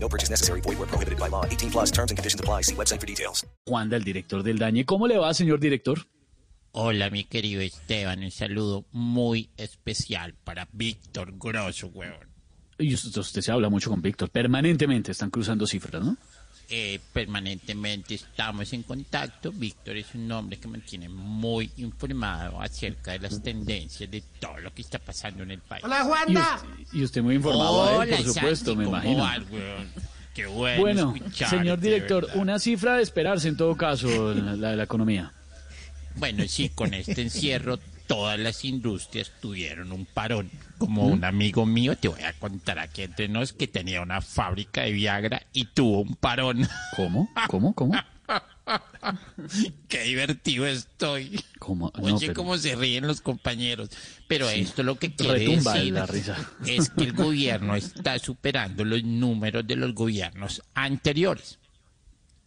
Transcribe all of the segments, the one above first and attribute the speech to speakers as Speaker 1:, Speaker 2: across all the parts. Speaker 1: No purchase necessary. Void where prohibited by law. 18 plus terms and conditions apply. See website for details.
Speaker 2: Juanda, el director del Dañe. ¿Cómo le va, señor director?
Speaker 3: Hola, mi querido Esteban. Un saludo muy especial para Víctor Grosso, huevón.
Speaker 2: Y usted, usted se habla mucho con Víctor. Permanentemente están cruzando cifras, ¿no?
Speaker 3: Eh, permanentemente estamos en contacto. Víctor es un hombre que mantiene muy informado acerca de las tendencias de todo lo que está pasando en el país.
Speaker 4: Hola,
Speaker 2: Y
Speaker 4: Juanda.
Speaker 2: usted, y usted muy informado a él,
Speaker 3: Hola,
Speaker 2: por supuesto,
Speaker 3: Santi,
Speaker 2: me
Speaker 3: ¿cómo
Speaker 2: imagino.
Speaker 3: vas, huevón? Qué bueno,
Speaker 2: Bueno,
Speaker 3: escucharte,
Speaker 2: señor director,
Speaker 3: ¿verdad?
Speaker 2: una cifra de esperarse en todo caso, la la de la economía.
Speaker 3: Bueno, sí, con este encierro todas las industrias tuvieron un parón. Como un amigo mío, te voy a contar aquí entre nos que tenía una fábrica de Viagra y tuvo un parón.
Speaker 2: ¿Cómo? ¿Cómo? ¿Cómo?
Speaker 3: Qué divertido estoy.
Speaker 2: ¿Cómo? No,
Speaker 3: Oye,
Speaker 2: pero
Speaker 3: cómo se ríen los compañeros. Pero esto lo que quiere
Speaker 2: retumba
Speaker 3: decir
Speaker 2: la risa.
Speaker 3: es que el gobierno está superando los números de los gobiernos anteriores.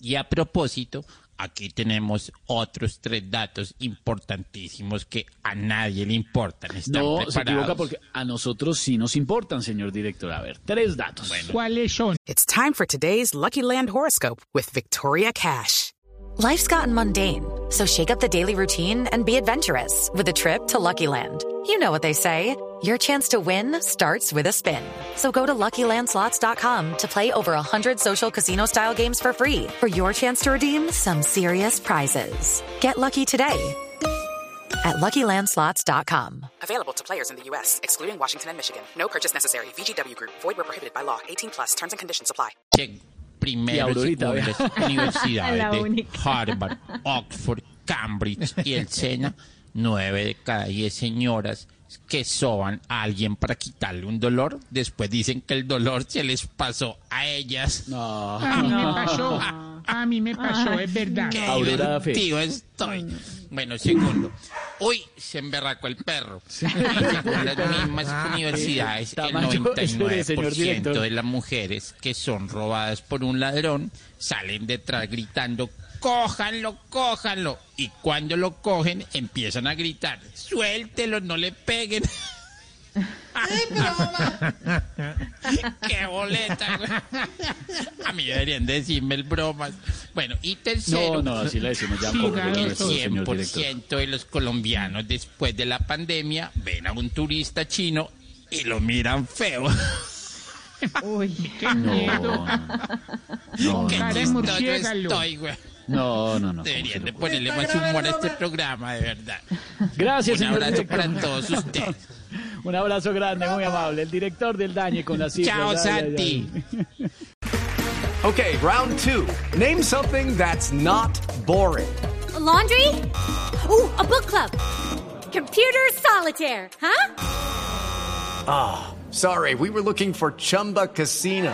Speaker 3: Y a propósito, aquí tenemos otros tres datos importantísimos que a nadie le importan. ¿Están
Speaker 2: No, se
Speaker 3: preparados?
Speaker 2: equivoca porque a nosotros sí nos importan, señor director. A ver, tres datos.
Speaker 3: ¿Cuáles son?
Speaker 5: It's time for today's Lucky Land horoscope with Victoria Cash.
Speaker 6: Life's gotten mundane, so shake up the daily routine and be adventurous with a trip to Lucky Land. You know what they say your chance to win starts with a spin. So go to luckylandslots.com to play over 100 social casino style games for free for your chance to redeem some serious prizes. Get lucky today at luckylandslots.com.
Speaker 5: Available to players in the U.S., excluding Washington and Michigan. No purchase necessary. VGW Group. Void where prohibited by law. 18 plus. Terms and conditions apply.
Speaker 2: Y
Speaker 3: primero
Speaker 2: Aurorita,
Speaker 3: según
Speaker 2: vea.
Speaker 3: las universidades
Speaker 7: La
Speaker 3: de
Speaker 7: única.
Speaker 3: Harvard, Oxford, Cambridge y el SENA, nueve de cada diez señoras que soban a alguien para quitarle un dolor, después dicen que el dolor se les pasó a ellas.
Speaker 4: A mí me pasó. A mí me pasó, es verdad.
Speaker 3: Qué
Speaker 2: Aurora
Speaker 3: divertido estoy. Bueno, segundo. Uy, se emberracó el perro. Y según las mismas universidades, el
Speaker 2: Tamaño, espere,
Speaker 3: 99%
Speaker 2: señor director.
Speaker 3: de las mujeres que son robadas por un ladrón salen detrás gritando, cójanlo, cójanlo. Y cuando lo cogen, empiezan a gritar, suéltelo, no le peguen. ¡Qué boleta! güey. A mí deberían decirme el bromas. Bueno, y tercero,
Speaker 2: No, no, así le decimos ya por
Speaker 3: el
Speaker 2: respeto, señor director.
Speaker 3: 100% de los colombianos después de la pandemia ven a un turista chino y lo miran feo.
Speaker 4: Uy, qué miedo.
Speaker 2: No,
Speaker 3: Qué
Speaker 2: no,
Speaker 4: Cara de
Speaker 3: chistoso
Speaker 4: murciélago.
Speaker 3: estoy, güey.
Speaker 2: no, no, no. ¿cómo se
Speaker 3: Deberían de
Speaker 2: le ocurre?
Speaker 3: ponerle más humor a este programa, de verdad.
Speaker 2: Gracias,
Speaker 3: Un
Speaker 2: señor
Speaker 3: abrazo
Speaker 2: director.
Speaker 3: para todos ustedes.
Speaker 2: Un abrazo grande, muy amable. El director del daño con la cifra.
Speaker 3: Chao, Santi.
Speaker 8: Okay, round two. Name something that's not boring.
Speaker 9: laundry? Ooh, a book club. Computer solitaire, huh?
Speaker 8: Sorry, we were looking for Chumba Casino.